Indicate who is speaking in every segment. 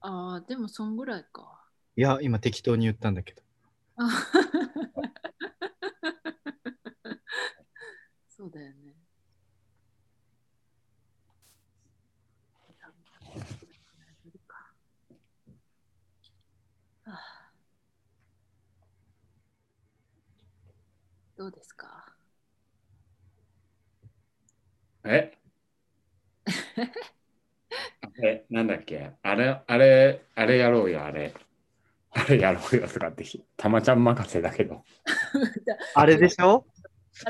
Speaker 1: ああ、でもそんぐらいか。
Speaker 2: いや、今適当に言ったんだけど。
Speaker 1: あそうだよね。はあどうですか
Speaker 3: えあれ、なんだっけあれ、あれ、あれやろうよ、あれ。あれやろうよとかって、たまちゃん任せだけど。
Speaker 2: あれでしょ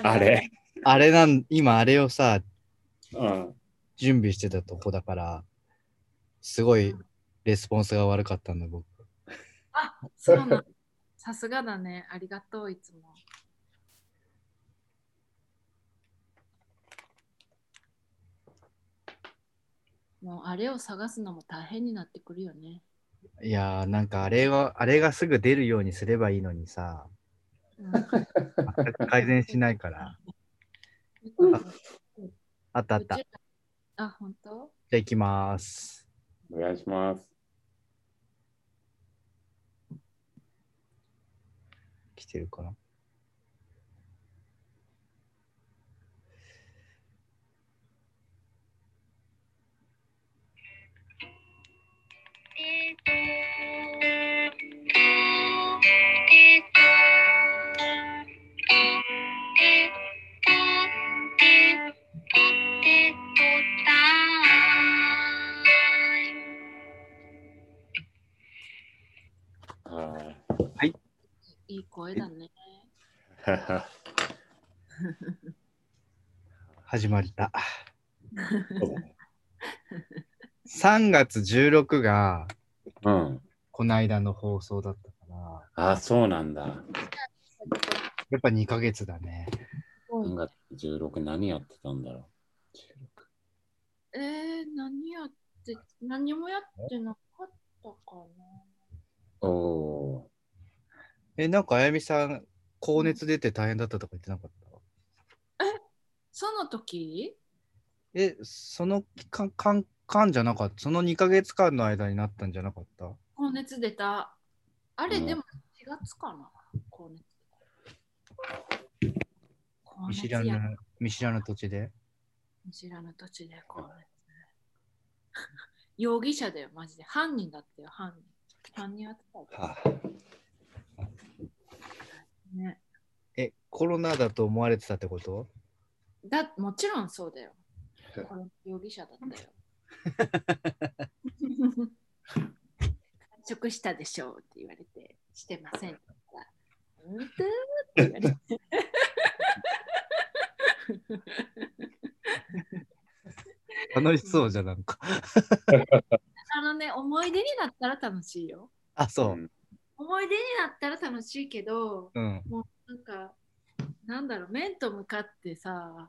Speaker 3: あれ。
Speaker 2: あれなん、今あれをさ、
Speaker 3: うん。
Speaker 2: 準備してたとこだから、すごいレスポンスが悪かったんだ、僕。
Speaker 1: そうなのさすがだね。ありがとう、いつも。もうあれを探すのも大変になってくるよね。
Speaker 2: いやー、なんかあれは、あれがすぐ出るようにすればいいのにさ、
Speaker 1: うん、
Speaker 2: 全く 改善しないから。あったあった。
Speaker 1: う
Speaker 2: じ
Speaker 1: ちらあ、本当
Speaker 2: ゃあ行きます。
Speaker 3: お願いします。
Speaker 2: 来てるかな。
Speaker 3: あ
Speaker 1: いい声だね。
Speaker 3: ー
Speaker 2: 始まりた。
Speaker 3: そうだね
Speaker 2: 3月16が、
Speaker 3: うん。
Speaker 2: この間の放送だったから、
Speaker 3: あ、そうなんだ。
Speaker 2: やっぱ2ヶ月だね。
Speaker 3: 3月16何やってたんだろ
Speaker 1: えー、何やって、何もやってなかったか
Speaker 3: う。おお
Speaker 2: え、なんかあやみさん、高熱出て大変だったとか言ってなかった
Speaker 1: な。その時
Speaker 2: え、その期間、間、間じゃなかったその2ヶ月間の間になったんじゃなかった
Speaker 1: 高熱出た。あれ、
Speaker 3: うん
Speaker 1: でも4月かな高熱。高
Speaker 2: 見
Speaker 1: 熱
Speaker 2: 知ら
Speaker 1: や
Speaker 2: ぬ、見知らぬ土地で。
Speaker 1: 見知らぬ土地で高熱。容疑者だよ、マジで。犯人だってよ、犯人。犯人は捕ま
Speaker 3: ー。は
Speaker 1: えたね。
Speaker 2: え、コロナだと思われてたってこと
Speaker 1: だ、もちろんそうだよ。これ容疑者だったよ。完食したでしょうって言われて、してませ んって言ったら。うんとって言われて。
Speaker 2: 楽しそうじゃんなんか。
Speaker 1: あのね、思い出になったら楽しいよ。
Speaker 2: あ、そうう。
Speaker 3: ん
Speaker 1: 思い出になったら楽しいけど、
Speaker 2: うん。
Speaker 1: なんか、なんだろう、面と向かってさ、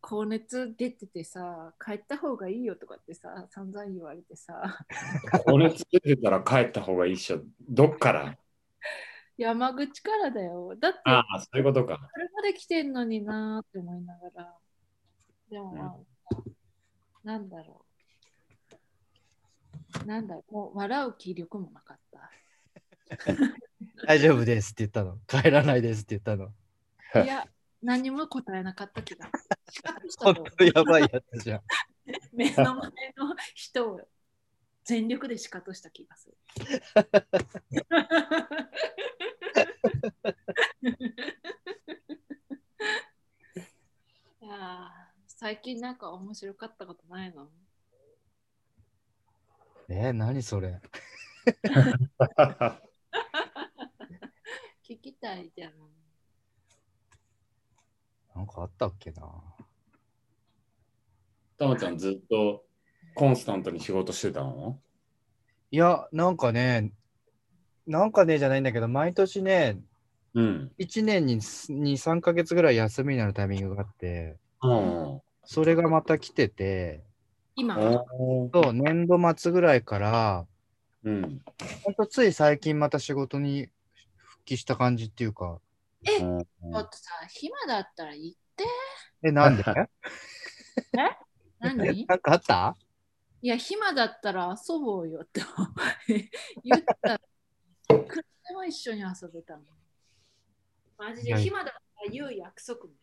Speaker 1: 高熱出ててさ、帰った方がいいよとかってさ、散々言われてさ、
Speaker 3: 高熱出てたら帰った方がいいっしょ。どっから
Speaker 1: 山口からだよ。だって、
Speaker 3: ああ、そういうことか。
Speaker 1: これまで来てんのになーって思いながら。でも、まあなんだろう。なんだろう。もう笑う気力もなかった。
Speaker 2: 大丈夫ですって言ったの。 帰らないですって言ったの。
Speaker 1: いや、何も答えなかった気がする。
Speaker 2: 本当やばいやつじゃん。
Speaker 1: 目の前の人を全力で仕方した気がする。 いやー最近なんか面白かったことないの
Speaker 2: えー、何それ。
Speaker 1: 聞きたいじゃん。
Speaker 2: なんかあったっけな。
Speaker 3: たまちゃんずっとコンスタントに仕事してたの
Speaker 2: いや、なんかね、なんかねじゃないんだけど、毎年ね、
Speaker 3: うん。
Speaker 2: 1年に2、3ヶ月ぐらい休みになるタイミングがあって、
Speaker 3: うん。
Speaker 2: それがまた来てて、
Speaker 1: 今、
Speaker 2: そう、年度末ぐらいから、
Speaker 3: うん。
Speaker 2: ほんとつい最近また仕事に復帰した感じっていうか、
Speaker 1: え
Speaker 3: うん
Speaker 1: ちょっとさ、暇だったら言って。
Speaker 2: え、なんで
Speaker 1: 何
Speaker 2: なんかあった
Speaker 1: いや、暇だったら遊ぼう よと言ったら、いくらでも一緒に遊べたの。マジで
Speaker 2: はい
Speaker 1: 暇だったら言う約束ね。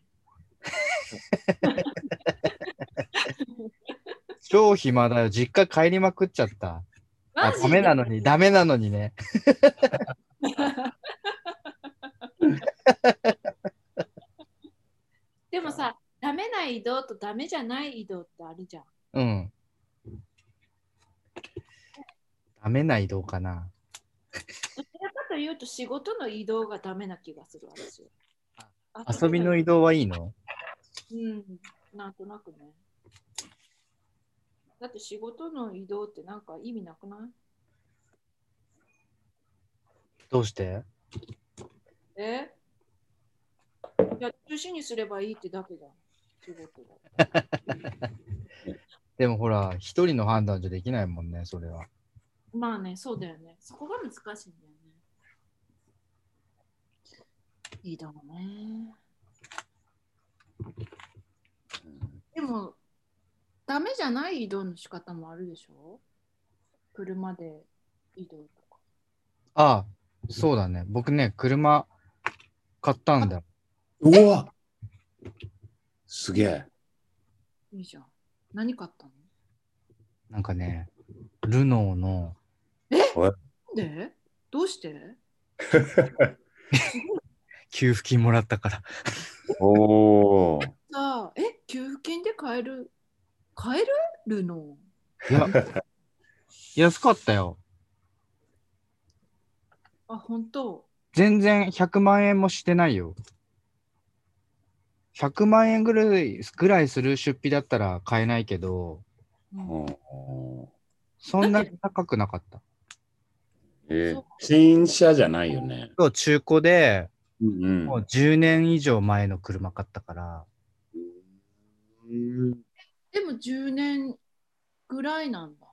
Speaker 2: 超暇だよ。実家帰りまくっちゃった。あ
Speaker 1: マジ
Speaker 2: ダメな
Speaker 1: の
Speaker 2: のに、ダメなのにね。
Speaker 1: でもさ、ダメな移動とダメじゃない移動ってあるじゃん。
Speaker 2: うん。ダメな移動かな。
Speaker 1: どちらかというと仕事の移動がダメな気がする私は。
Speaker 2: 遊びの移動はいいの
Speaker 1: うん、なんとなくね。だって仕事の移動ってなんか意味なくない
Speaker 2: どうして
Speaker 1: えいや、中止にすればいいってだけじゃん。仕事が。
Speaker 2: でもほら、一人の判断じゃできないもんね、それは。
Speaker 1: まあね、そうだよね。そこが難しいんだよね。いいだろうね。でも、ダメじゃない移動の仕方もあるでしょ車で移動とか。
Speaker 2: ああ、そうだね。僕ね、車買ったんだよ。
Speaker 3: うわすげえ。
Speaker 1: いいじゃん。何買ったの
Speaker 2: なんかね、ルノーの、
Speaker 1: なんでどうして
Speaker 2: 給付金もらったから。
Speaker 3: おお。
Speaker 1: さあ、え、給付金で買える買えるルノ
Speaker 2: いや、 安かったよ。
Speaker 1: ー。あ、本当
Speaker 2: 全然100万円もしてないよ。100万円ぐらいぐらいする出費だったら買えないけど、
Speaker 1: うん
Speaker 3: お
Speaker 2: そんなに高くなかった。
Speaker 3: ーえー新車じゃないよね。
Speaker 2: そう中古で
Speaker 3: うんうん
Speaker 2: もう10年以上前の車買ったから、
Speaker 3: うん
Speaker 1: でも10年ぐらいなんだ。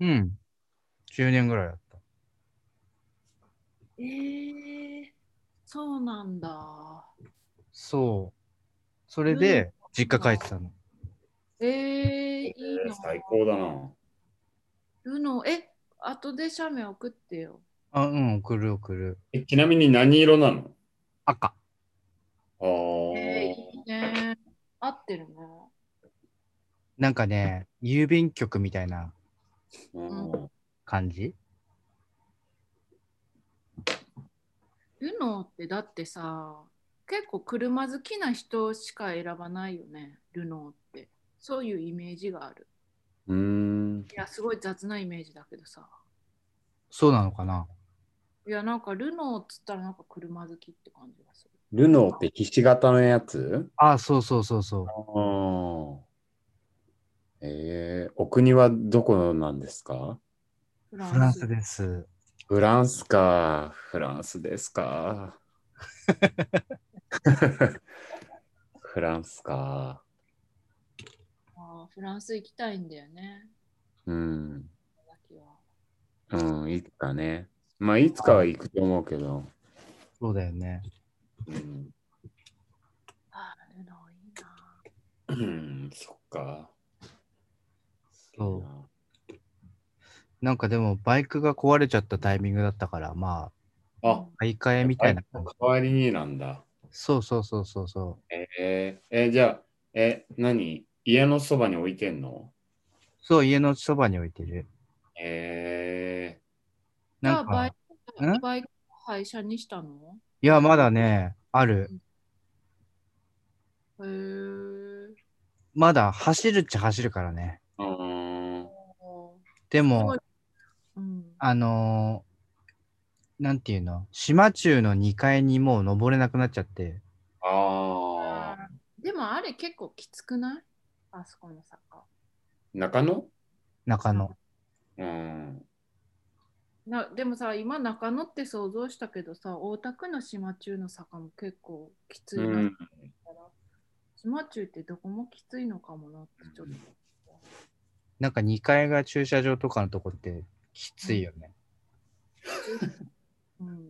Speaker 2: うん、10年ぐらいだった。
Speaker 1: ええそうなんだ。
Speaker 2: そう。それで実家帰ってたの。
Speaker 1: ええいいな。
Speaker 3: 最高だな。
Speaker 1: ルノー、え、後で写メ送ってよ。
Speaker 2: あ、うん、送る送る。
Speaker 3: えちなみに何色なの
Speaker 2: 赤。
Speaker 3: あー
Speaker 1: ええいいね。合ってるね。
Speaker 2: なんかね、郵便局みたいな
Speaker 3: うん
Speaker 2: 感じ
Speaker 1: ルノーってだってさ、結構車好きな人しか選ばないよね、ルノーって。そういうイメージがある。
Speaker 3: うーん。
Speaker 1: いや、すごい雑なイメージだけどさ。
Speaker 2: そうなのかない
Speaker 1: や、なんかルノーっつったらなんか車好きって感じがする。
Speaker 3: ルノーってひし形のやつ
Speaker 2: あ、そうそうそうそう。
Speaker 3: あーえー、お国はどこなんですか
Speaker 1: フ
Speaker 2: フランスです。
Speaker 3: フランスか。フランスです か。フランスか。
Speaker 1: あーフランス行きたいんだよね。
Speaker 3: うん。
Speaker 1: ラキは
Speaker 3: うん、いつかね。まあ、いつかは行くと思うけど。
Speaker 2: そうだよね。
Speaker 3: うん
Speaker 1: あールノーいいな。
Speaker 3: うん、 そっか。
Speaker 2: そう。なんかでも、バイクが壊れちゃったタイミングだったから、まあ、
Speaker 3: あ、
Speaker 2: 買い替えみたいな感じ。
Speaker 3: 代わりになんだ。
Speaker 2: そうそうそうそうそ
Speaker 3: えー、えーじゃあ、え、何家のそばに置いてんの
Speaker 2: う。そう、家のそばに置いてる。
Speaker 3: え
Speaker 1: じゃ
Speaker 2: な
Speaker 1: あ
Speaker 2: ん
Speaker 1: バ
Speaker 2: か
Speaker 1: イ、ク
Speaker 2: ん
Speaker 1: バイク廃車にしたの
Speaker 2: いや、まだね、ある。
Speaker 1: へえ。
Speaker 2: まだ走るっちゃ走るからね。
Speaker 3: ー、うん。
Speaker 2: です
Speaker 1: ご
Speaker 2: も
Speaker 1: い、うん。
Speaker 2: あのーなんていうの島中の2階にもう登れなくなっちゃって。
Speaker 3: ああ、
Speaker 1: でもあれ結構きつくないあそこの坂。
Speaker 3: 中野
Speaker 2: 中野。
Speaker 3: うん。
Speaker 1: なでもさ、今中野って想像したけどさ、大田区の島中の坂も結構きついな
Speaker 3: う
Speaker 1: って
Speaker 3: ん。
Speaker 1: から、島中ってどこもきついのかもなってちょっと。
Speaker 2: なんか2階が駐車場とかのとこってきついよね。
Speaker 1: うん。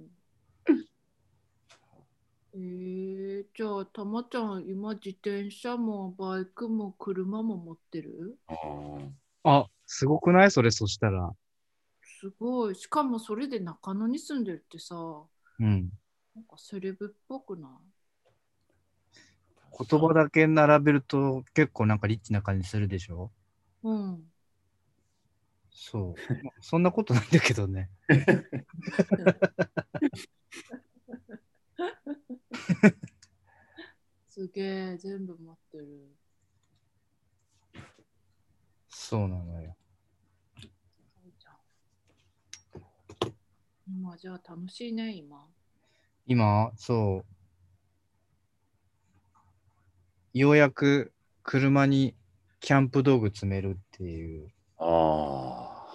Speaker 1: えー、じゃあ、たまちゃん、今、自転車もバイクも車も持ってる
Speaker 3: あー
Speaker 2: あ、すごくないそれ、そしたら。
Speaker 1: すごい。しかもそれで中野に住んでるってさ、
Speaker 2: うん。
Speaker 1: なんかセレブっぽくない
Speaker 2: 言葉だけ並べると結構なんかリッチな感じするでしょ
Speaker 1: うん。
Speaker 2: そう。まあそんなことないんだけどね。
Speaker 1: すげえ、全部持ってる。
Speaker 2: そうなのよ。
Speaker 1: そうじゃん今じゃあ楽しいね、今。
Speaker 2: 今、そう。ようやく車にキャンプ道具詰めるっていう、
Speaker 3: あ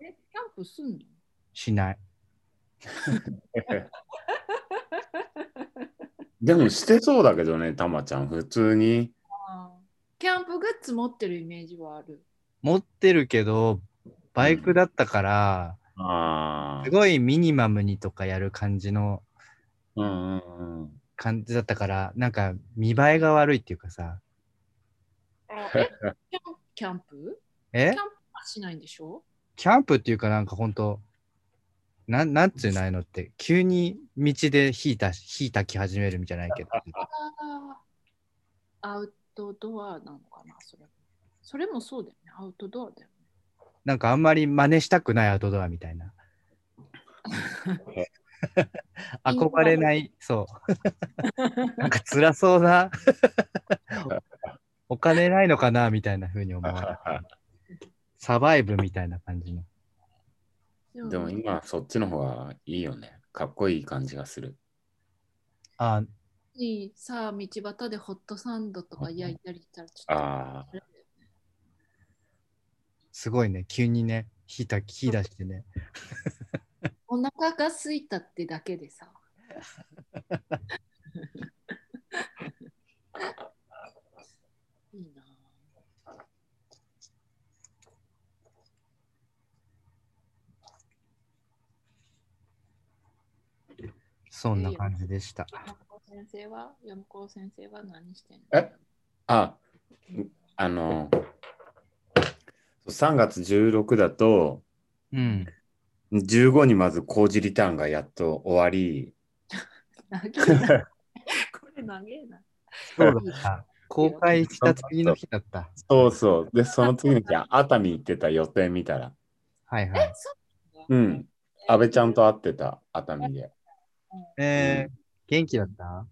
Speaker 1: え、キャンプすんの
Speaker 2: しない。
Speaker 3: あ。でもしてそうだけどね、たまちゃん、普通に。
Speaker 1: あーキャンプグッズ持ってるイメージはある。
Speaker 2: 持ってるけど、バイクだったから、
Speaker 3: ああ
Speaker 2: す。ごいミニマムにとかやる感じの
Speaker 3: うんうんうん。
Speaker 2: 感じだったから、なんか見栄えが悪いっていうかさ、
Speaker 1: え、キャンキャンプキャ
Speaker 2: え
Speaker 1: ンプはしないんでしょ
Speaker 2: キャンプっていうかなんかほんと、なん、なんつうのああいうのって、急に道で火いた、火焚き始めるみたいないけど、
Speaker 1: あーアウトドアなのかな、それ。それもそうだよね、アウトドアだよね。
Speaker 2: なんかあんまり真似したくないアウトドアみたいな。憧れない、そう。なんか辛そうな、お金ないのかなみたいな風に思われる。サバイブみたいな感じの。
Speaker 3: でも今、そっちの方がいいよね。かっこいい感じがする。
Speaker 2: あ
Speaker 1: にさあ道端でホットサンドとか焼いたりしたらちょっと
Speaker 3: ああ。
Speaker 2: すごいね。急にね、火た火出してね。
Speaker 1: お腹が空いたってだけでさいいな
Speaker 2: そんな感じでした。
Speaker 1: あ山子先生は山子先生は何してんの
Speaker 3: えあ、あの、3月16だと、
Speaker 2: うん。
Speaker 3: 15にまず工事リターンがやっと終わり、
Speaker 1: 投げえなこれ投げえな
Speaker 2: そうだった。公開した次の日だった。
Speaker 3: そうそう。で、その次の日、熱海行ってた予定見たら、
Speaker 2: はいは
Speaker 1: え
Speaker 2: い。
Speaker 1: そう
Speaker 3: う
Speaker 1: なん
Speaker 3: ん、安倍ちゃんと会ってた、熱海で。
Speaker 2: えー、元気だった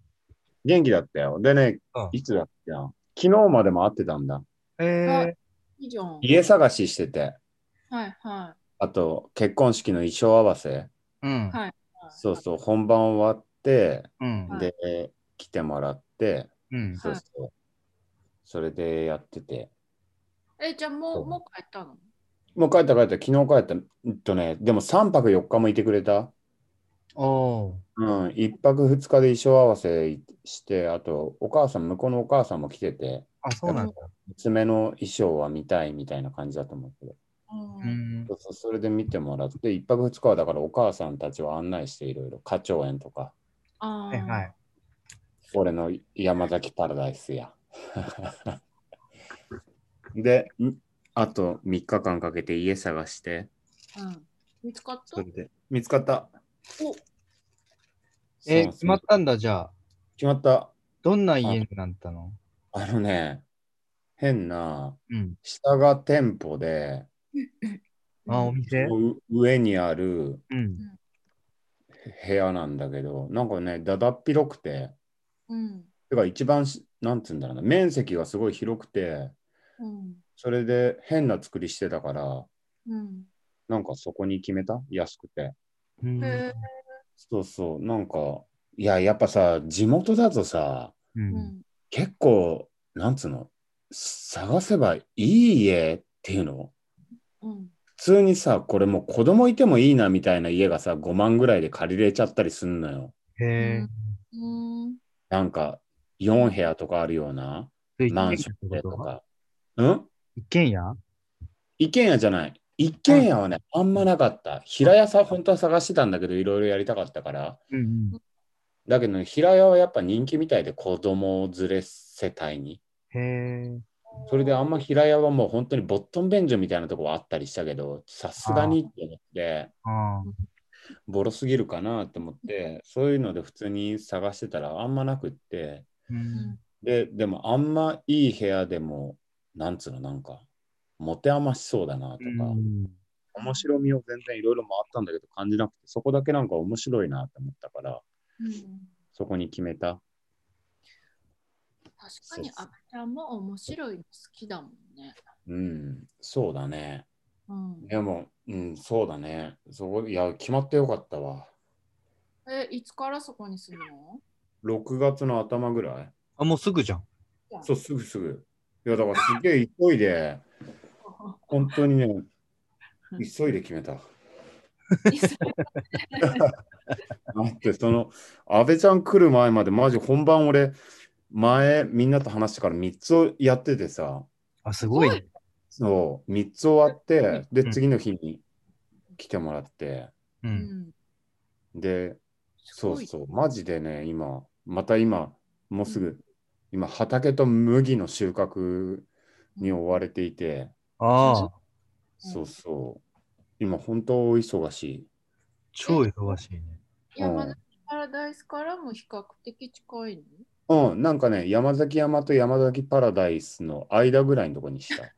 Speaker 3: 元気だったよ。でね
Speaker 2: うん、
Speaker 3: いつだっけな昨日までも会ってたんだ。
Speaker 2: え
Speaker 1: いいじゃん
Speaker 3: 家探ししてて、
Speaker 1: はいは
Speaker 3: あと、結婚式の衣装合わせ、
Speaker 2: ー、うん。
Speaker 1: はいい
Speaker 3: そうそう、本番終わって、
Speaker 2: うん。
Speaker 1: はい
Speaker 3: で、来てもらって、
Speaker 2: うん。
Speaker 3: そうそう。それでやってて。
Speaker 1: えじゃあも
Speaker 3: そう
Speaker 1: うもう帰ったの
Speaker 3: もう帰った帰った、昨日帰った、うんとね、でも3泊4日もいてくれた。
Speaker 2: おお
Speaker 3: うん、1泊2日で衣装合わせして、あと、お母さん、向こうのお母さんも来てて、
Speaker 2: ー。あ、そうなんだ。
Speaker 3: 娘の衣装は見たいみたいな感じだと思うけど、
Speaker 1: う
Speaker 2: うんん
Speaker 3: そ。うそうそれで見てもらって、1泊2日はだからお母さんたちを案内していろいろ、花鳥園とか、
Speaker 1: あ
Speaker 2: はい
Speaker 1: ー
Speaker 2: はい。
Speaker 3: 俺の山崎パラダイスや。 で、んあと3日間かけて家探して、
Speaker 1: うん見つかった
Speaker 3: それで見つかった。
Speaker 1: お
Speaker 2: え
Speaker 3: そうそう
Speaker 2: 決まったんだ、じゃあ。
Speaker 3: 決まった。
Speaker 2: どんな家になったの
Speaker 3: あのね、変な、
Speaker 2: うん。
Speaker 3: 下が店舗で、
Speaker 2: あ、お店
Speaker 3: う上にある
Speaker 2: うん。
Speaker 3: 部屋なんだけど、なんかね、だだっ広くて、
Speaker 1: うん
Speaker 3: てか一番し、なんつうんだろうな、面積がすごい広くて、
Speaker 1: うん
Speaker 3: それで変な作りしてたから、
Speaker 1: うん
Speaker 3: なんかそこに決めた安くて。
Speaker 2: うん
Speaker 1: へー
Speaker 3: そうそう、なんか、いや、やっぱさ、地元だとさ、
Speaker 2: う。
Speaker 1: うんん
Speaker 3: 結構、なんつうの、探せばいい家っていうの
Speaker 1: うん
Speaker 3: 普通にさ、これもう子供いてもいいなみたいな家がさ、5万ぐらいで借りれちゃったりすんのよ。
Speaker 2: へえ。
Speaker 1: うん
Speaker 3: なんか、4部屋とかあるような、
Speaker 2: で
Speaker 3: マンションで
Speaker 2: 一軒家ってこと
Speaker 3: か。うん
Speaker 2: 一軒家
Speaker 3: 一軒家じゃない。一軒家はね、あんまなかった。平屋さ、本当は探してたんだけど、いろいろやりたかったから。
Speaker 2: うん
Speaker 3: だけど、平屋はやっぱ人気みたいで、子供連れ世帯に。
Speaker 2: うん。へえ。
Speaker 3: それであんま平屋はもう本当にボットン便所みたいなとこはあったりしたけど、さすがにって思って、
Speaker 2: あ
Speaker 3: ボロすぎるかなって思って、そういうので普通に探してたらあんまなくって、
Speaker 2: ーうん
Speaker 3: で、でもあんまいい部屋でも、なんつうの、なんか、持て余しそうだなとか、
Speaker 2: うん
Speaker 3: 面白みを全然いろいろ回ったんだけど感じなくて、そこだけなんか面白いなって思ったから、
Speaker 1: うん
Speaker 3: そこに決めた。
Speaker 1: 確かにあっちゃんも面白いの好きだもんね。
Speaker 3: うん、そうだね。
Speaker 1: うん、
Speaker 3: でも、うん、そうだね。そこ、いや、決まってよかったわ。
Speaker 1: え、いつからそこに住む の
Speaker 3: 6月の頭ぐらい
Speaker 2: あ、もうすぐじゃん。
Speaker 3: そう、すぐすぐ。いや、だからすげえ急いで、本当にね、急いで決めた。だって、その、安倍ちゃん来る前まで、マジ本番俺、前、みんなと話してから3つをやっててさ、
Speaker 2: あ、すごいね。
Speaker 3: そう、3つ終わって、で、
Speaker 2: うん
Speaker 3: 次の日に来てもらって、
Speaker 2: う。
Speaker 1: うんん、
Speaker 3: で、
Speaker 1: す
Speaker 3: そ
Speaker 1: ご
Speaker 3: う
Speaker 1: い
Speaker 3: そう、マジでね、今、また今、もうすぐ、今、畑と麦の収穫に追われていて、
Speaker 2: ああ、
Speaker 1: うん
Speaker 3: そうそう、今、本当お忙しい。
Speaker 2: 超忙しいね。
Speaker 1: 山崎パラダイスからも比較的近いの
Speaker 3: うん、なんかね、山崎山と山崎パラダイスの間ぐらいのとこにした。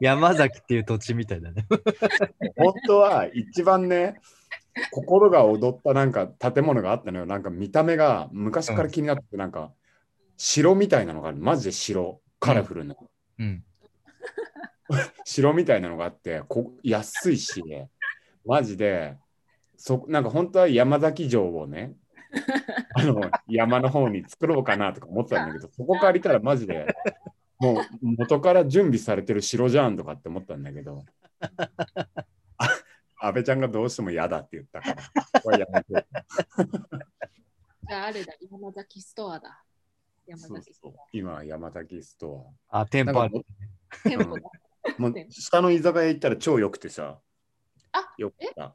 Speaker 2: 山崎っていう土地みたいだね。
Speaker 3: 本当は一番ね、心が踊ったなんか建物があったのよ。なんか見た目が昔から気になってて、なんか城みたいなのがある。マジで城、カラフルな。
Speaker 2: うん。
Speaker 3: 城みたいなのがあって、こ安いし、ね、マジで、そなんか本当は山崎城をね、あの山の方に作ろうかなとか思ってたんだけど、そこ借りたらマジで、もう元から準備されてる城じゃんとかって思ったんだけど、あ安倍ちゃんがどうしても嫌だって言ったから、これやめて
Speaker 1: じゃああれだ、山崎ストアだ。山
Speaker 3: そう
Speaker 1: 崎スト
Speaker 3: そう今は山崎スト
Speaker 2: あ、テンポある。
Speaker 1: ア。店舗だ。
Speaker 3: ア。もう下の居酒屋行ったら超良くてさ、
Speaker 1: あ
Speaker 3: よかった。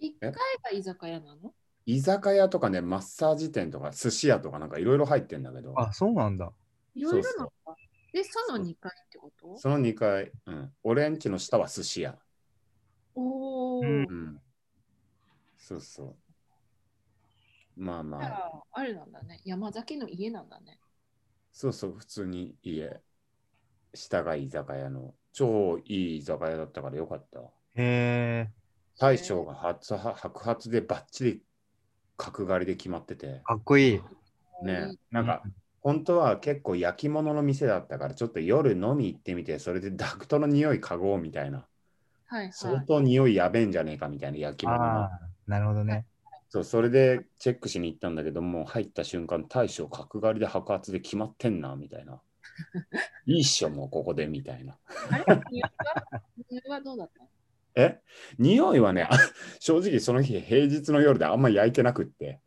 Speaker 1: 一階が居酒屋なの
Speaker 3: 居酒屋とかね、マッサージ店とか寿司屋とかなんかいろいろ入ってんだけど、
Speaker 2: あ、そうなんだ。
Speaker 1: いろいろなのか。で、その2階ってこと
Speaker 3: その2階、うん、俺んちの下は寿司屋。
Speaker 1: おお、
Speaker 2: うん
Speaker 3: うん。そうそう。まあ
Speaker 1: じゃ
Speaker 3: まあ、
Speaker 1: あ、あれなんだね。山崎の家なんだね。
Speaker 3: そうそう、普通に家。下が居酒屋の、超いい居酒屋だったからよかった。
Speaker 2: へえ。
Speaker 3: 大将が初は白髪でバッチリ角刈りで決まってて、
Speaker 2: かっこいい。
Speaker 3: ね、なんか、本当は結構焼き物の店だったから、ちょっと夜飲み行ってみて、それでダクトの匂い嗅ごうみたいな。
Speaker 1: はいは
Speaker 3: 相
Speaker 1: い。
Speaker 3: 当匂いやべえんじゃねえかみたいな焼き物
Speaker 2: あ
Speaker 3: の
Speaker 2: あ。、なるほど ね。
Speaker 3: そう、それでチェックしに行ったんだけど、もう入った瞬間、大将角刈りで白髪で決まってんな、み たいな。いいっしょ、もうここで、みたいな。
Speaker 1: あれ理由は理由はどうだったの
Speaker 3: え匂いはね、あ正直その日、平日の夜であんま焼いてなくって。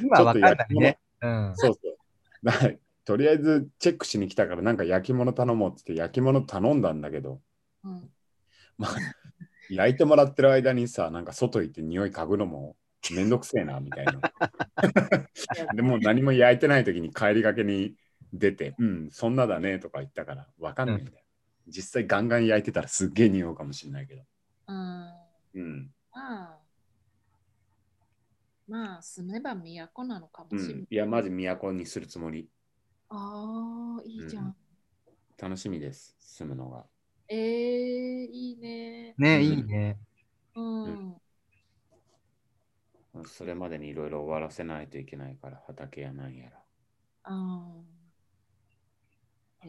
Speaker 2: 今わかんないね。うん。
Speaker 3: そうそう。なとりあえずチェックしに来たから、なんか焼き物頼もうってって焼き物頼んだんだけど、
Speaker 1: うん、
Speaker 3: まあ、焼いてもらってる間にさ、なんか外行って匂い嗅ぐのもめんどくせえな、みたいな。でもう何も焼いてない時に帰りがけに出て、うん、そんなだねとか言ったから、わかんないんだよ。実際ガンガン焼いてたらすっげえ匂うかもしれないけど。
Speaker 1: うん、ま
Speaker 3: うん、
Speaker 1: あ、まあ、住めば都なのかも
Speaker 3: う
Speaker 1: しれない。
Speaker 3: ん。いや、マジ都にするつもり。
Speaker 1: ああ、いいじゃん。
Speaker 3: うん楽しみです、住むのが。
Speaker 1: ええいいね。
Speaker 2: ね、いいね。
Speaker 1: うん。
Speaker 3: それまでにいろいろ終わらせないといけないから、畑やなんやら。
Speaker 1: あーえ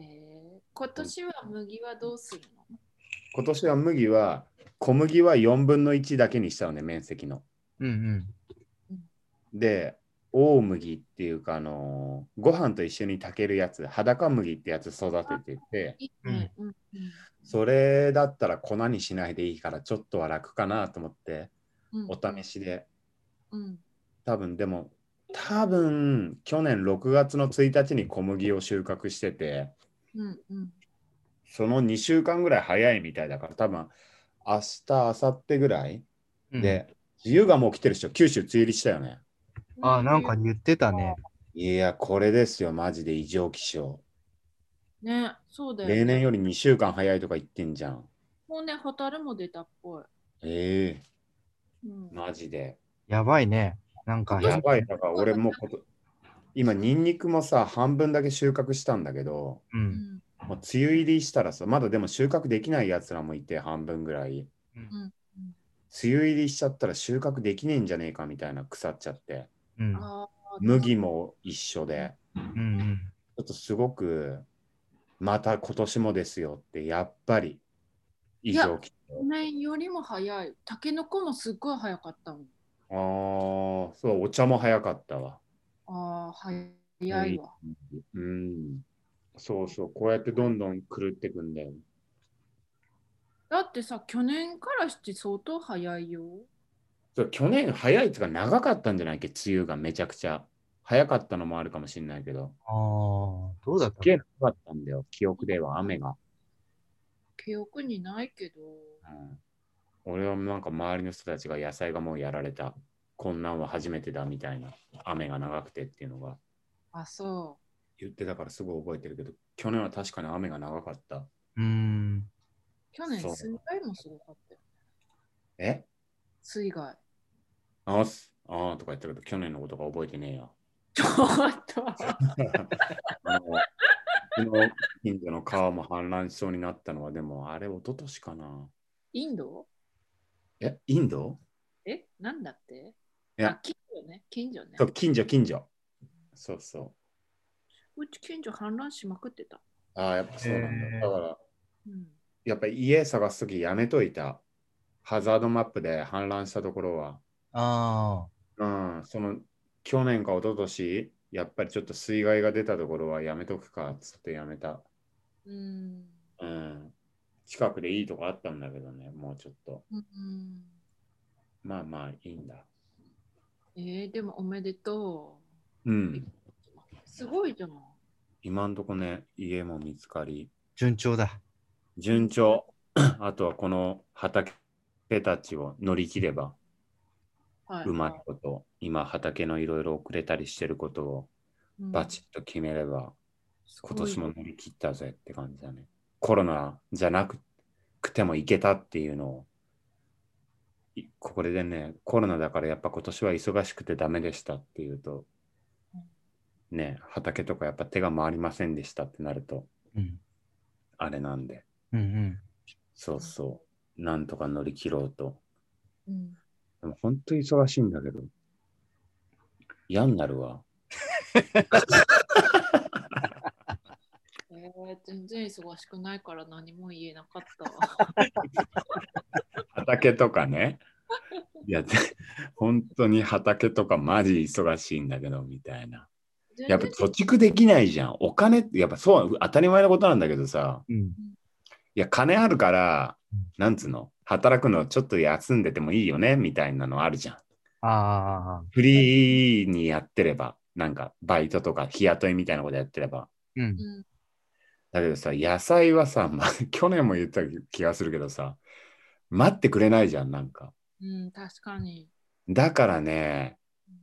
Speaker 1: ー今年は麦はどうするの
Speaker 3: 今年は麦は、小麦は4分の1だけにしたのね、面積の。
Speaker 2: うんうん。
Speaker 3: で、大麦っていうか、あのーご飯と一緒に炊けるやつ、裸麦ってやつ育ててて、
Speaker 1: いいね。うん。うん
Speaker 3: それだったら粉にしないでいいからちょっとは楽かなと思って
Speaker 1: うん
Speaker 3: お試しで
Speaker 1: うん。
Speaker 3: 多分でも多分去年6月の1日に小麦を収穫してて
Speaker 1: うん。うん。
Speaker 3: その2週間ぐらい早いみたいだから多分明日明後日ぐらい
Speaker 2: うん、
Speaker 3: で梅雨がもう来てるでしょ九州梅雨入りしたよね
Speaker 2: あ、なんか言ってたね。
Speaker 3: いや、これですよ、マジで異常気象。
Speaker 1: ね、そうだよ、ね。
Speaker 3: 例年より2週間早いとか言ってんじゃん。
Speaker 1: もうね、ホタルも出たっぽい。
Speaker 3: え
Speaker 1: うん
Speaker 3: え、マジで。
Speaker 2: やばいね。なんか、
Speaker 3: やばい、だから俺もうこと、今、ニンニクもさ、半分だけ収穫したんだけど、
Speaker 2: う。
Speaker 1: うんん。
Speaker 3: もう梅雨入りしたらさ、まだでも収穫できないやつらもいて、半分ぐらい。
Speaker 1: ん
Speaker 3: 梅雨入りしちゃったら収穫できねえんじゃねえかみたいな腐っちゃって、
Speaker 2: うん。
Speaker 1: あー
Speaker 3: 麦も一緒で、
Speaker 2: うんうん。
Speaker 3: ちょっとすごく、また今年もですよって、やっぱり、異常気
Speaker 1: 去年よりも早い。タケノコもすっごい早かったもん。
Speaker 3: 象。ああ、そう、お茶も早かったわ。
Speaker 1: ああ、早いわ。
Speaker 3: うん。そうそう、こうやってどんどん狂ってくんだよ。
Speaker 1: だってさ、去年からして相当早いよ。
Speaker 3: そう去年早いとか長かったんじゃないっけ梅雨がめちゃくちゃ。早かったのもあるかもしれないけど。
Speaker 2: ああ、どうだっ
Speaker 3: すったげえ長かったんだよ、記憶では雨が。
Speaker 1: 記憶にないけど。
Speaker 3: うん、俺はなんか周りの人たちが野菜がもうやられた。こんなんは初めてだみたいな。雨が長くてっていうのが
Speaker 1: あ、そ
Speaker 3: 言ってたからすごい覚えてるけど、去年は確かに雨が長かった。
Speaker 2: うん。
Speaker 1: う。去年
Speaker 3: そう
Speaker 1: 水害もすごかったよ。
Speaker 3: え
Speaker 1: 水 害。
Speaker 3: あーす。あーとか言ってるけど、去年のことが覚えてねえよ。
Speaker 1: ちょっと。
Speaker 3: あの、うちの近所の川も氾濫しそうになったのは、でもあれ、一昨年かな。
Speaker 1: インド
Speaker 3: え、インド
Speaker 1: え、なんだって
Speaker 3: いや
Speaker 1: あ近所ね。近所ね
Speaker 3: そ。う近所、近所。そうそう
Speaker 1: ち近所氾濫しまくってた。
Speaker 3: う。ああ、やっぱそうなんだ。
Speaker 2: へー
Speaker 3: だから、
Speaker 1: うん。
Speaker 3: やっぱり家探すときやめといた。ハザードマップで氾濫したところは。
Speaker 2: あ
Speaker 3: うん、その、去年か一昨年やっぱりちょっと水害が出たところはやめとくか、つってやめた。
Speaker 1: うん。
Speaker 3: うん。近くでいいとこあったんだけどね、もうちょっと。
Speaker 1: うん、
Speaker 3: まあまあ、いいんだ。
Speaker 1: えー、でもおめでと
Speaker 3: うん。
Speaker 1: う。すごいじゃん。
Speaker 3: 今んとこね、家も見つかり、
Speaker 2: あ、順調だ。
Speaker 3: 順調。 あとはこの畑たちを乗り切れば、
Speaker 1: は
Speaker 3: うまいこと、今畑のいろいろ遅れたりしてることをバチッと決めれば、今年も乗り切ったぜって感じだね。コロナじゃなくてもいけたっていうのを、いこれでね、コロナだからやっぱ今年は忙しくてダメでしたっていうと、ね、畑とかやっぱ手が回りませんでしたってなると、
Speaker 2: うん。
Speaker 3: あれなんで。
Speaker 2: うんうん。
Speaker 3: そうそう。なんとか乗り切ろうと。
Speaker 1: うん、うん
Speaker 3: でも本当に忙しいんだけど。嫌になるわ。
Speaker 1: えー、全然忙しくないから何も言えなかったわ。
Speaker 3: 畑とかね。いや、で本当に畑とかマジ忙しいんだけど、みたいな。やっ ぱ
Speaker 1: 全然
Speaker 3: 貯蓄できないじゃん。お金って、やっぱそう、当たり前のことなんだけどさ。
Speaker 2: うん。
Speaker 3: いや、金あるから
Speaker 2: うん、
Speaker 3: なんつうの、働くのちょっと休んでてもいいよね、みたいなのあるじゃん。
Speaker 2: ああ、
Speaker 3: フリーにやってれば、なんかバイトとか日雇いみたいなことやってれば。
Speaker 2: うん。
Speaker 1: うん、
Speaker 3: だけどさ、野菜はさ、ま、 去年も言った気がするけどさ、待ってくれないじゃん、なんか。
Speaker 1: うん、確かに。
Speaker 3: だからね、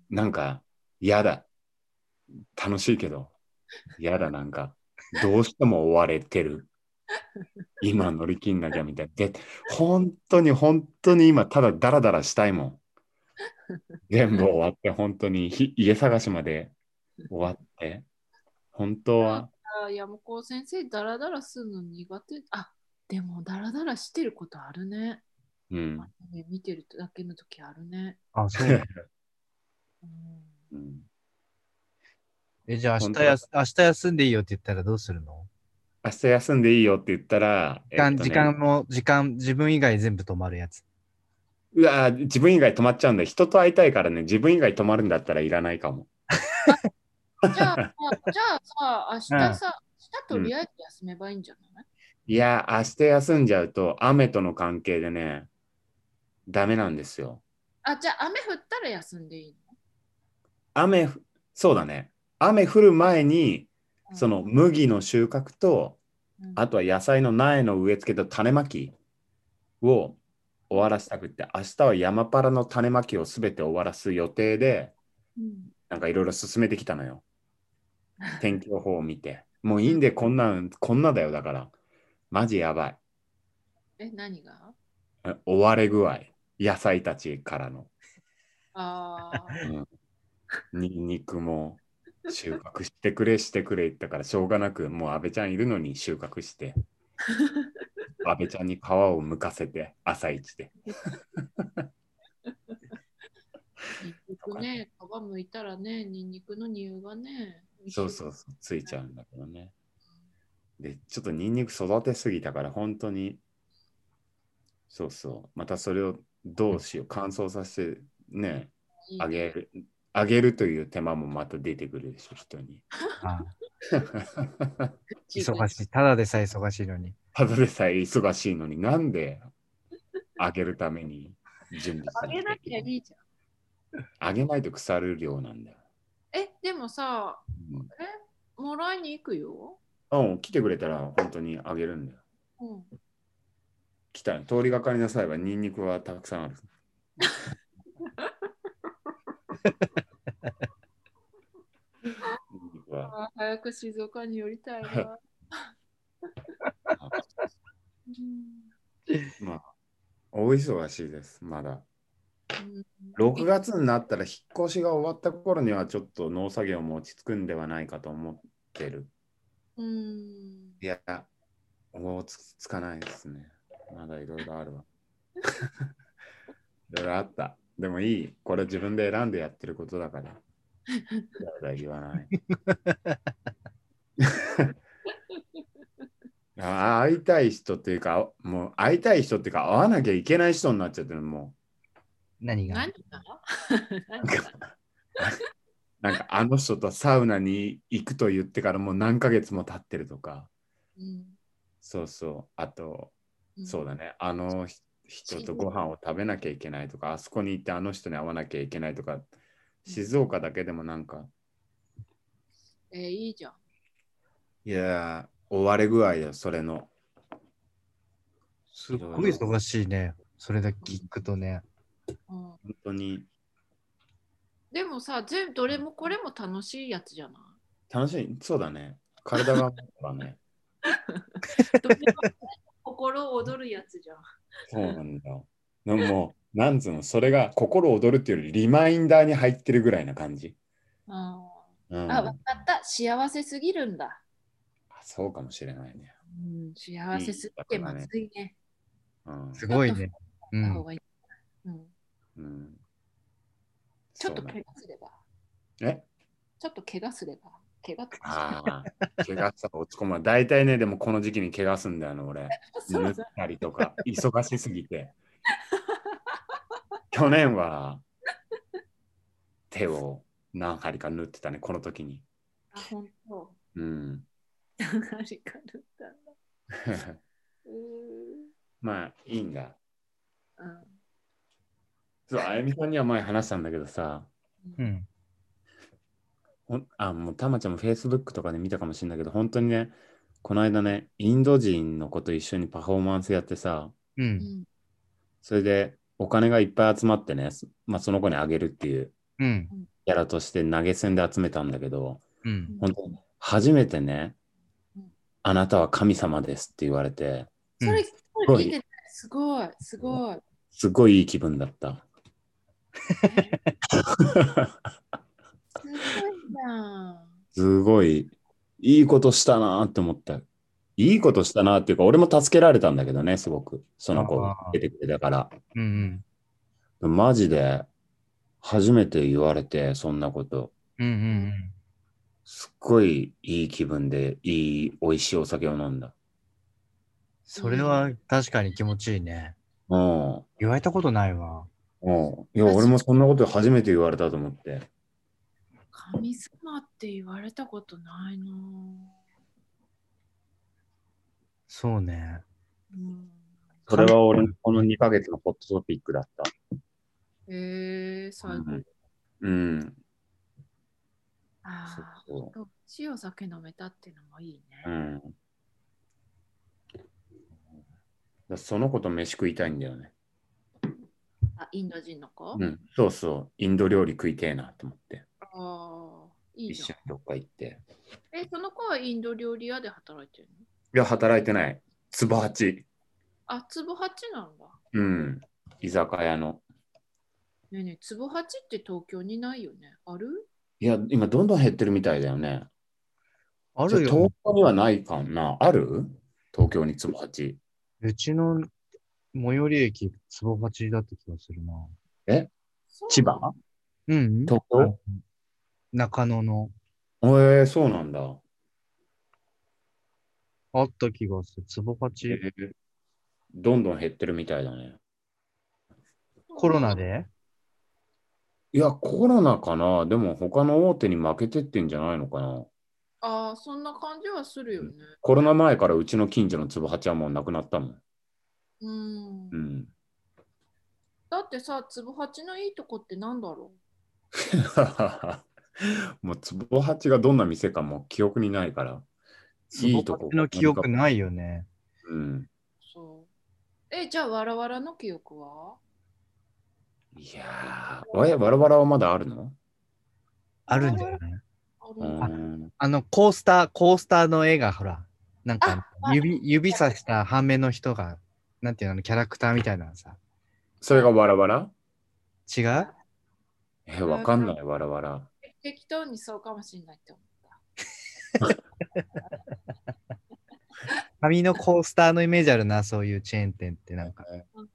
Speaker 3: なんか嫌だ。楽しいけど、嫌だ、なんか。どうしても追われてる。今乗り切んなきゃみたいな。で、本当に本当に今、ただダラダラしたいもん。全部終わって、本当にひ家探しまで終わって。本当は、
Speaker 1: あー山高先生、ダラダラするの苦手。あでも、ダラダラしてることあるね。
Speaker 3: うん。
Speaker 1: アニメ見てるだけの時あるね。
Speaker 2: あ そう。
Speaker 1: うん、
Speaker 3: うん
Speaker 2: え、じゃあ明
Speaker 3: 本
Speaker 2: 日
Speaker 3: 当だ
Speaker 2: やす、明日休んでいいよって言ったらどうするの
Speaker 3: 明日休んでいいよって言ったら、
Speaker 2: 時間、
Speaker 3: えっとね
Speaker 2: 時間も、時間、自分以外全部止まるやつ。
Speaker 3: うわー自分以外泊まっちゃうんだ。人と会いたいからね、自分以外泊まるんだったらいらないかも。
Speaker 1: じゃあ、じゃあさ、明日さ、明日とりあえず休めばいいんじゃない、
Speaker 3: いやー、明日休んじゃうと、雨との関係でね、ダメなんですよ。
Speaker 1: あ、じゃあ、雨降ったら休んでいい
Speaker 3: 雨、ふそうだね。雨降る前に、
Speaker 1: の
Speaker 3: その、麦の収穫と、
Speaker 1: うん
Speaker 3: あとは野菜の苗の植え付けと種まきを終わらせたくって、明日は山パラの種まきをすべて終わらす予定で、
Speaker 1: うん
Speaker 3: なんかいろいろ進めてきたのよ。天気予報を見て。もういいんで、こんなん、こんなだよ、だから。マジやばい。
Speaker 1: え、何が
Speaker 3: え追われ具合。野菜たちからの。
Speaker 1: ああ。
Speaker 3: ニンニクも収穫してくれ、してくれ言ったから、しょうがなく、もう安倍ちゃんいるのに収穫して。安倍ちゃんに皮を剥かせて、朝一で。
Speaker 1: ニンニク ね、皮むいたらね、ニンニクの匂いがね。
Speaker 3: そうそうそう、ついちゃうんだけどね。で、ちょっとニンニク育てすぎたから、本当に、そうそう、またそれをどうしよう、乾燥させて、ね、
Speaker 1: いい
Speaker 3: あげる、あげるという手間もまた出てくるでしょ、人に。
Speaker 2: あ
Speaker 1: 口が
Speaker 2: 忙しい。ただでさえ忙しいのに。
Speaker 3: ただでさえ忙しいのになんで、あげるために準備
Speaker 1: あげなきゃい
Speaker 3: い。
Speaker 1: いじ
Speaker 3: あげないと腐る量なんだよ。
Speaker 1: ゃん。え、でもさ、もらいに行くよ。
Speaker 3: うん、うん来てくれたら本当にあげるんだよ。
Speaker 1: うん。
Speaker 3: 来た通りがかりな際はニンニクはたくさんある。ニンニクは
Speaker 1: あー早く静岡に寄りたいな。うん
Speaker 3: 大忙しいです、まだ。
Speaker 1: うん
Speaker 3: 6月になったら引っ越しが終わった頃にはちょっと農作業も落ち着くんではないかと思ってる。
Speaker 1: うん。
Speaker 3: いや、落ち着かないですね。まだいろいろあるわ。 いろいろあった。でもいい。これ自分で選んでやってることだから。だ言わない。 あ会いたい人っていうか、もう会いたい人っていうか、会わなきゃいけない人になっちゃってる、も
Speaker 2: 何が
Speaker 1: 何が
Speaker 3: う。なんか、なんかあの人とサウナに行くと言ってからもう何ヶ月も経ってるとか。
Speaker 1: うん
Speaker 3: そうそう。あと、
Speaker 1: ん
Speaker 3: そうだね。あのひ人とご飯を食べなきゃいけないとか、あそこに行ってあの人に会わなきゃいけないとか、静岡だけでもなんか、
Speaker 1: えーいいじゃん。
Speaker 3: いやー、追われ具合よ、それの。
Speaker 2: すっごい忙しいね。それだけ聞くとね。
Speaker 1: うん
Speaker 3: 本当に
Speaker 1: でもさ、全部どれもこれも楽しいやつじゃない
Speaker 3: 楽しい。そうだね。体が、 ね、
Speaker 1: どれもこれも心躍るやつじゃん。
Speaker 3: そうなんだよ。でももう、なんつうの、それが心躍るっていうよりリマインダーに入ってるぐらいな感じ。
Speaker 1: あ
Speaker 3: うん、
Speaker 1: あ、わかった。幸せすぎるんだ。
Speaker 3: そうかもしれないね。
Speaker 1: うん、幸せすぎてまずいね。
Speaker 3: うん
Speaker 2: すごいね。う
Speaker 1: た方
Speaker 2: ん。
Speaker 1: がいいうん、
Speaker 3: うん、
Speaker 1: ちょっと
Speaker 3: そうだ
Speaker 1: 怪
Speaker 3: ね
Speaker 1: 我すれば、
Speaker 3: え
Speaker 1: ちょっと怪我すれば、怪我とか。
Speaker 3: ああ、怪我したら落ち込むわ。大体ね、でもこの時期に怪我すんだよね、俺。
Speaker 1: そ
Speaker 3: 縫っ
Speaker 1: うだ。
Speaker 3: たりとか、 忙しすぎて。 去年は手を何針か縫ってたね、この時に。
Speaker 1: あ、本当。
Speaker 3: うん。
Speaker 1: 何かあるんだな。うーん
Speaker 3: まあ、いいんだ。
Speaker 1: うん
Speaker 3: そう、あゆみさんには前話したんだけどさ、
Speaker 2: うん。
Speaker 3: ほんあ、もうたまちゃんも Facebook とかで見たかもしれないけど、本当にね、この間ね、インド人の子と一緒にパフォーマンスやってさ、
Speaker 2: う。
Speaker 1: うんん。
Speaker 3: それでお金がいっぱい集まってね、まあ、その子にあげるっていう
Speaker 2: うん。
Speaker 3: キャラとして投げ銭で集めたんだけど、
Speaker 2: うん。
Speaker 3: 本当に初めてね
Speaker 1: うん、
Speaker 3: あなたは神様ですって言われて、
Speaker 1: それ、それ
Speaker 3: ごい
Speaker 1: 聞いてない。すごい、すごい。
Speaker 3: すごいいい気分 だった。
Speaker 1: すごいじゃん。
Speaker 3: すごいいいことしたなーって思った。いいことしたなーっていうか、俺も助けられたんだけどね、すごく。その子が
Speaker 2: あー
Speaker 3: 出てくれたから。
Speaker 2: うん。うん。
Speaker 3: マジで初めて言われて、そんなこと。
Speaker 2: うん。うん。
Speaker 3: すっごいいい気分で、いい、美味しいお酒を飲んだ。
Speaker 2: それは確かに気持ちいいね。
Speaker 3: うん。
Speaker 2: 言われたことないわ。
Speaker 3: うんいや、俺もそんなこと初めて言われたと思って。
Speaker 1: 神様って言われたことないな。
Speaker 2: そうね。
Speaker 1: うん、
Speaker 3: それは俺のこの2ヶ月のホットトピックだった。
Speaker 1: えー、最後。
Speaker 3: うん。そ
Speaker 1: ああ、
Speaker 3: うそ。
Speaker 1: どっちお酒飲めたっていうのもいいう
Speaker 3: う
Speaker 1: ね。
Speaker 3: ん。だからその子と飯食いたいんだよね。
Speaker 1: あ、インド人の子、
Speaker 3: うん、そうそう、インド料理食いてえなと思って、
Speaker 1: ああいい
Speaker 3: 一
Speaker 1: じ
Speaker 3: 緒にどっか行って。
Speaker 1: ゃん。え、その子はインド料理屋で働いてるの
Speaker 3: いや、働いてない。つば八。
Speaker 1: あ、つぼ八なんだ。
Speaker 3: うん。居酒屋の。
Speaker 1: ねえねえ、つぼ八って東京にないよね。ある
Speaker 3: いや、今どんどん減ってるみたいだよね。
Speaker 2: あ
Speaker 3: あ
Speaker 2: るよ
Speaker 3: 東。京にはないかな。ある東京につば八。
Speaker 2: うちの最寄り駅、坪八だった気がするな。
Speaker 1: そう
Speaker 3: 千
Speaker 1: な
Speaker 3: 葉
Speaker 1: の
Speaker 2: うん、うん。
Speaker 3: 東京
Speaker 2: 中野の
Speaker 3: えー、そうなんだ。
Speaker 2: あった気がする。坪八、
Speaker 3: えーどんどん減ってるみたいだね。
Speaker 2: コロナで
Speaker 3: いや、コロナかな。でも他の大手に負けてってんじゃないのかな。
Speaker 1: ああ、そんな感じはするよね。
Speaker 3: コロナ前からうちの近所のつば八はもうなくなったもん。
Speaker 1: うん。
Speaker 3: うん。
Speaker 1: だってさ、つぼ八のいいとこってなんだろ
Speaker 3: もうつぼ八がどんな店かも記憶にないから。いいとこ
Speaker 2: 坪八の記憶ないよね。
Speaker 3: うん。
Speaker 1: うそう。え、じゃあ、わらわらの記憶はい
Speaker 3: やー、わやバラバラはまだあるの
Speaker 2: あるんじゃない
Speaker 1: ある
Speaker 3: う
Speaker 1: の
Speaker 3: ん。
Speaker 2: あの、コースター、コースターの絵がほら、なんか
Speaker 1: ああ
Speaker 2: 指、指さした半面の人が、なんていうの、キャラクターみたいなのさ。
Speaker 3: それがバラバラ
Speaker 2: 違う
Speaker 3: え、わかんない、バラバラ。
Speaker 1: 適当にそうかもしれないって思った。
Speaker 2: 紙のコースターのイメージあるな、そういうチェーン店ってなんか。
Speaker 1: うん、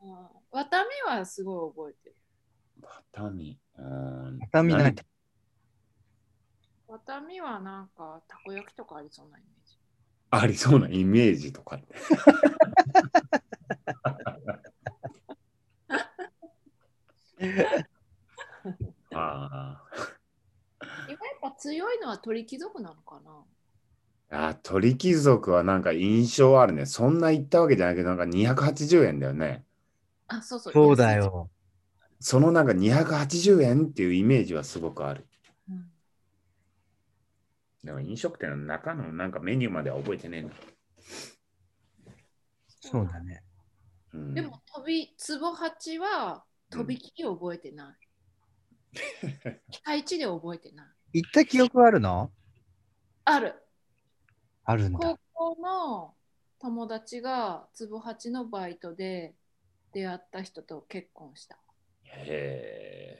Speaker 1: わたみはすごい覚えてる。
Speaker 3: 畳。うん。
Speaker 2: 畳ない
Speaker 3: 何
Speaker 1: わたみはなんか、たこ焼きとかありそうなイメージ。
Speaker 3: ありそうなイメージとかって。あー
Speaker 1: 今やっぱ強いのは鳥貴族なのかな
Speaker 3: あー、鳥貴族はなんか印象あるね。そんな言ったわけじゃないけど、なんか280円だよね。
Speaker 1: あ、そうそう。
Speaker 2: そうだ。よ。
Speaker 3: そのなんか280円っていうイメージはすごくある。
Speaker 1: うん、
Speaker 3: でも飲食店の中のなんかメニューまでは覚えてねえな。
Speaker 2: そうだね。
Speaker 3: うん
Speaker 1: でも、飛び、つぼ八は、飛び切り覚えてない。期待値で覚えてない。
Speaker 2: 行った記憶あるの
Speaker 1: ある。
Speaker 2: あるんだ
Speaker 1: 高。校の友達がつぼ八のバイトで出会った人と結婚した。
Speaker 3: へ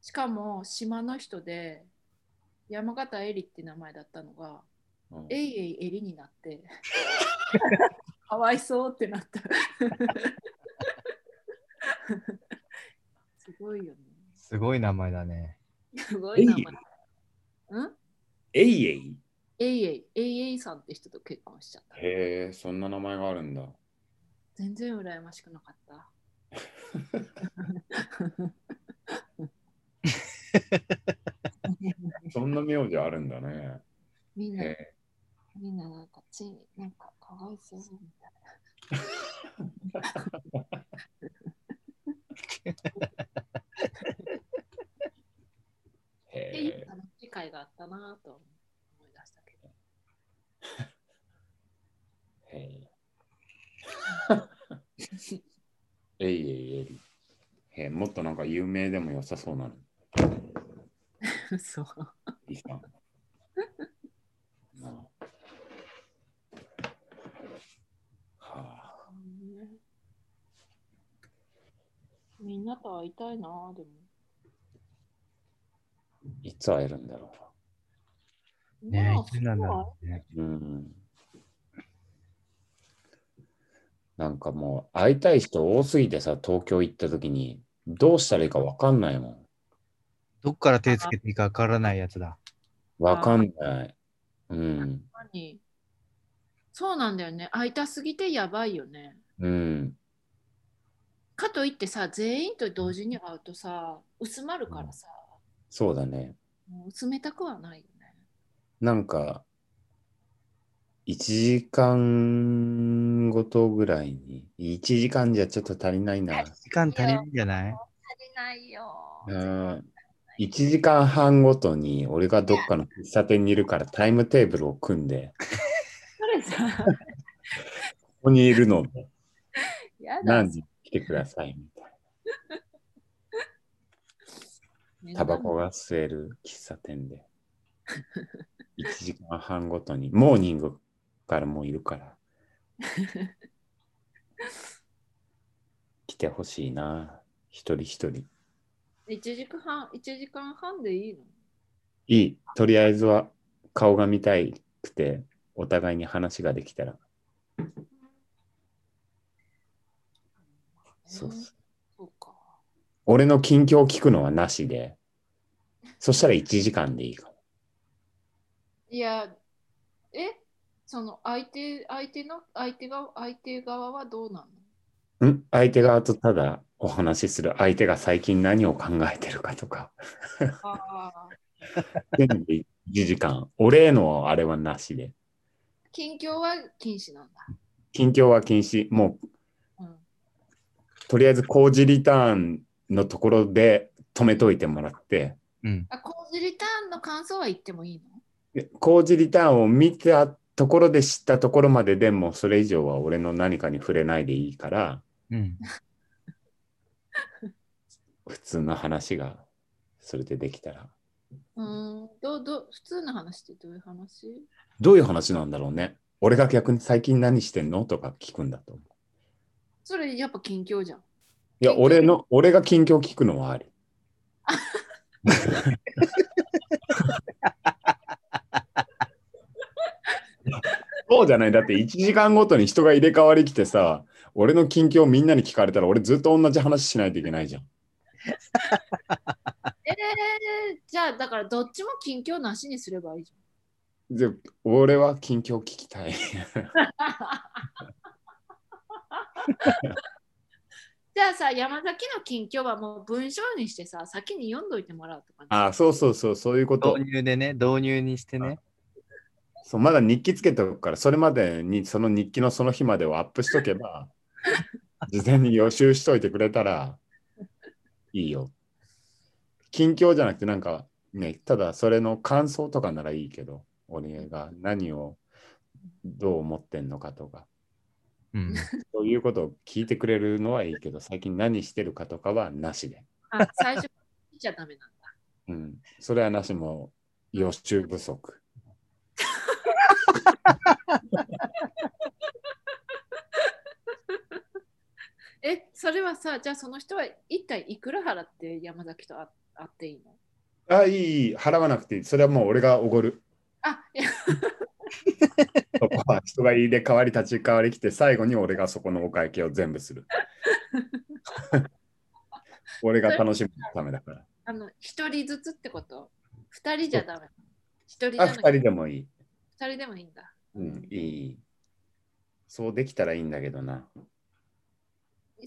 Speaker 1: しかも島の人で山形エリって名前だったのが、
Speaker 3: ーうん
Speaker 1: えいえいエリになって、かわいそうってなった。すごいよね。
Speaker 2: すごい名前だね。
Speaker 1: すごい名前。うん
Speaker 3: えいえい
Speaker 1: えいえい、えいえいさんって人と結婚しちゃった。
Speaker 3: へえ、そんな名前があるんだ。
Speaker 1: 全然羨ましくなかった。
Speaker 3: そんな名字あるんだね。
Speaker 1: みんな、
Speaker 3: へ
Speaker 1: みんななんかついになんかかわいそうみたい
Speaker 3: え
Speaker 1: な。で、いい
Speaker 3: へえ
Speaker 1: 楽しい会があったなぁと思い出したけど。
Speaker 3: へええいえいえいへえもっとなんか有名でも良さそうなの。
Speaker 1: そう。
Speaker 3: いいか。なあはあ、
Speaker 1: みんなと会いたいなぁ、でも。
Speaker 3: いつ会えるんだろ
Speaker 2: ね
Speaker 1: ま
Speaker 2: え、
Speaker 1: あ
Speaker 2: いつなんだろうね。
Speaker 3: う。うん。なんかもう会いたい人多すぎてさ、東京行った時にどうしたらいいか分かんないもん。
Speaker 2: どっから手つけていいかわからないやつだ。
Speaker 3: 分かんない。うん。
Speaker 1: 確かにそうなんだよね。会いたすぎてやばいよね。
Speaker 3: うん。
Speaker 1: かといってさ、全員と同時に会うとさ、薄まるからさ、
Speaker 3: そうだね。
Speaker 1: もう薄めたくはないよね。
Speaker 3: なんか、1時間ごとぐらいに、1時間じゃちょっと足りないな。
Speaker 2: 時間足りないんじゃない
Speaker 1: 足りないよ。
Speaker 3: うん1時間半ごとに、俺がどっかの喫茶店にいるからタイムテーブルを組んで、
Speaker 1: それさ、
Speaker 3: ここにいるので、
Speaker 1: やだ。
Speaker 3: 何時に来てくださいみたい
Speaker 1: ね
Speaker 3: タバコが吸える喫茶店で。1時間半ごとに、モーニングからもういるから。来てほしいな、一人一人。
Speaker 1: 1時間半、一時間半でいいの
Speaker 3: いい、とりあえずは顔が見たいくて、お互いに話ができたら。そうっす。
Speaker 1: そうか。
Speaker 3: 俺の近況を聞くのはなしで、そしたら1時間でいいかも。
Speaker 1: いや、えその相手、相手の、相手が、相手側はどうなの
Speaker 3: ん相手側とただお話しする相手が最近何を考えてるかとか、
Speaker 1: ああ、
Speaker 3: 全部1時間。俺へのあれはなしで。
Speaker 1: 近況は禁止なんだ。
Speaker 3: 近況は禁止。もう、
Speaker 1: うん。
Speaker 3: とりあえず工事リターンのところで止めといてもらって、
Speaker 2: うん。
Speaker 1: あ、工事リターンの感想は言ってもいいの
Speaker 3: で工事リターンを見たところで知ったところまででもうそれ以上は俺の何かに触れないでいいから、
Speaker 2: うん。
Speaker 3: 普通の話がそれでできたら。
Speaker 1: うーん、どう、どう、普通の話ってどういう話
Speaker 3: どういう話なんだろうね。俺が逆に最近何してんのとか聞くんだと思う。
Speaker 1: それやっぱ近況じゃん。
Speaker 3: いや、
Speaker 1: 近況
Speaker 3: 俺の、俺が近況聞くのはあり。そうじゃない。だって1時間ごとに人が入れ替わりきてさ、俺の近況みんなに聞かれたら俺ずっと同じ話しないといけないじゃん。
Speaker 1: えー、じゃあだからどっちも近況なしにすればいいじ
Speaker 3: で、俺は近況聞きた
Speaker 1: ゃん。
Speaker 3: い。
Speaker 1: じゃあさ、山崎の近況はもう文章にしてさ、先に読んどいてもらうとか、ね。
Speaker 3: ああ、そうそうそう、そういうこと
Speaker 2: 導。入でね、導入にしてね。
Speaker 3: そうまだ日記つけておくから、それまでにその日記のその日までをアップしとけば、事前に予習しといてくれたらいいよ。近況じゃなくて、なんかね、ただそれの感想とかならいいけど、俺が何をどう思ってんのかとか、
Speaker 2: うん。
Speaker 3: そういうことを聞いてくれるのはいいけど、最近何してるかとかはなしで。
Speaker 1: あ最初にじゃダメなんだ。
Speaker 3: うん、それはなしもう予習不足。
Speaker 1: え、それはさ、じゃあその人は一体いくら払って山崎と会会っていいの
Speaker 3: あ、いい、いい、払わなくていい。それはもう俺がおごる。
Speaker 1: あ、いや、
Speaker 3: そこは人が入れ替わり立ち替わり来て最後に俺がそこのお会計を全部する。俺が楽しむためだから。
Speaker 1: あの、一人ずつってこと二人じゃダメ。一人じ
Speaker 3: あ、
Speaker 1: ゃな
Speaker 3: 二
Speaker 1: く
Speaker 3: 人
Speaker 1: て
Speaker 3: でもいい。
Speaker 1: 二人でもいいんだ。
Speaker 3: うん、いい。そうできたらいいんだけどな。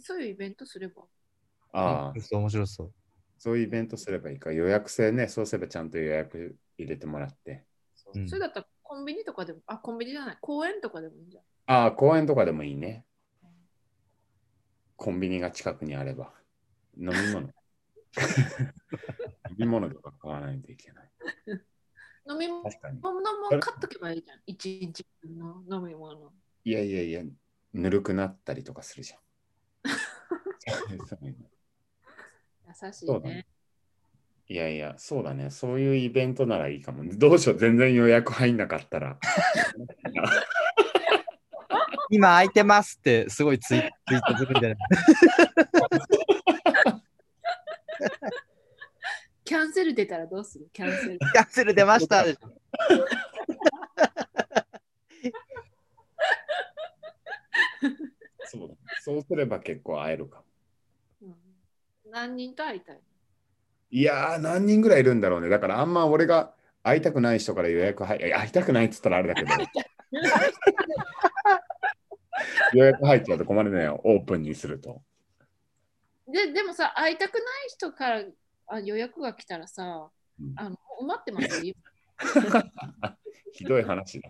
Speaker 1: そういうイベントすれば。
Speaker 3: ああ、
Speaker 2: そう、面白そう。
Speaker 3: そういうイベントすればいいか。予約制ね、そうすればちゃんと予約入れてもらって。
Speaker 2: うん
Speaker 1: それだったらコンビニとかでも、あ、コンビニじゃない、公園とかでもいいんじゃん。
Speaker 3: ああ、公園とかでもいいね。コンビニが近くにあれば。飲み物。飲み物とか買わないといけない。
Speaker 1: 飲み物
Speaker 3: 確かに。
Speaker 1: も買っとけばいいじゃん。一日分の飲み物。
Speaker 3: いやいやいや、ぬるくなったりとかするじゃん。
Speaker 1: 優しい
Speaker 3: そうだ
Speaker 1: ね
Speaker 3: ね。 いやいや、そうだね。そういうイベントならいいかも。どうしよう、全然予約入んなかったら。
Speaker 2: 今空いてますって、すごいツイツイートするんじゃない
Speaker 1: キャンセル出たらどうするキャンセル。
Speaker 2: キャンセル出ました。
Speaker 3: そうだねそうすれば結構会えるかも。
Speaker 1: うん何人と会いたい
Speaker 3: いやー、何人ぐらいいるんだろうね。だからあんま俺が会いたくない人から予約入いや会いたくないって言ったらあれだけど。予約入っちゃうと困るのよ、オープンにすると。
Speaker 1: ででもさ、会いたくない人からあ予約が来たらさ
Speaker 3: うん、
Speaker 1: あの埋まってますよ。
Speaker 3: ひどい話だ。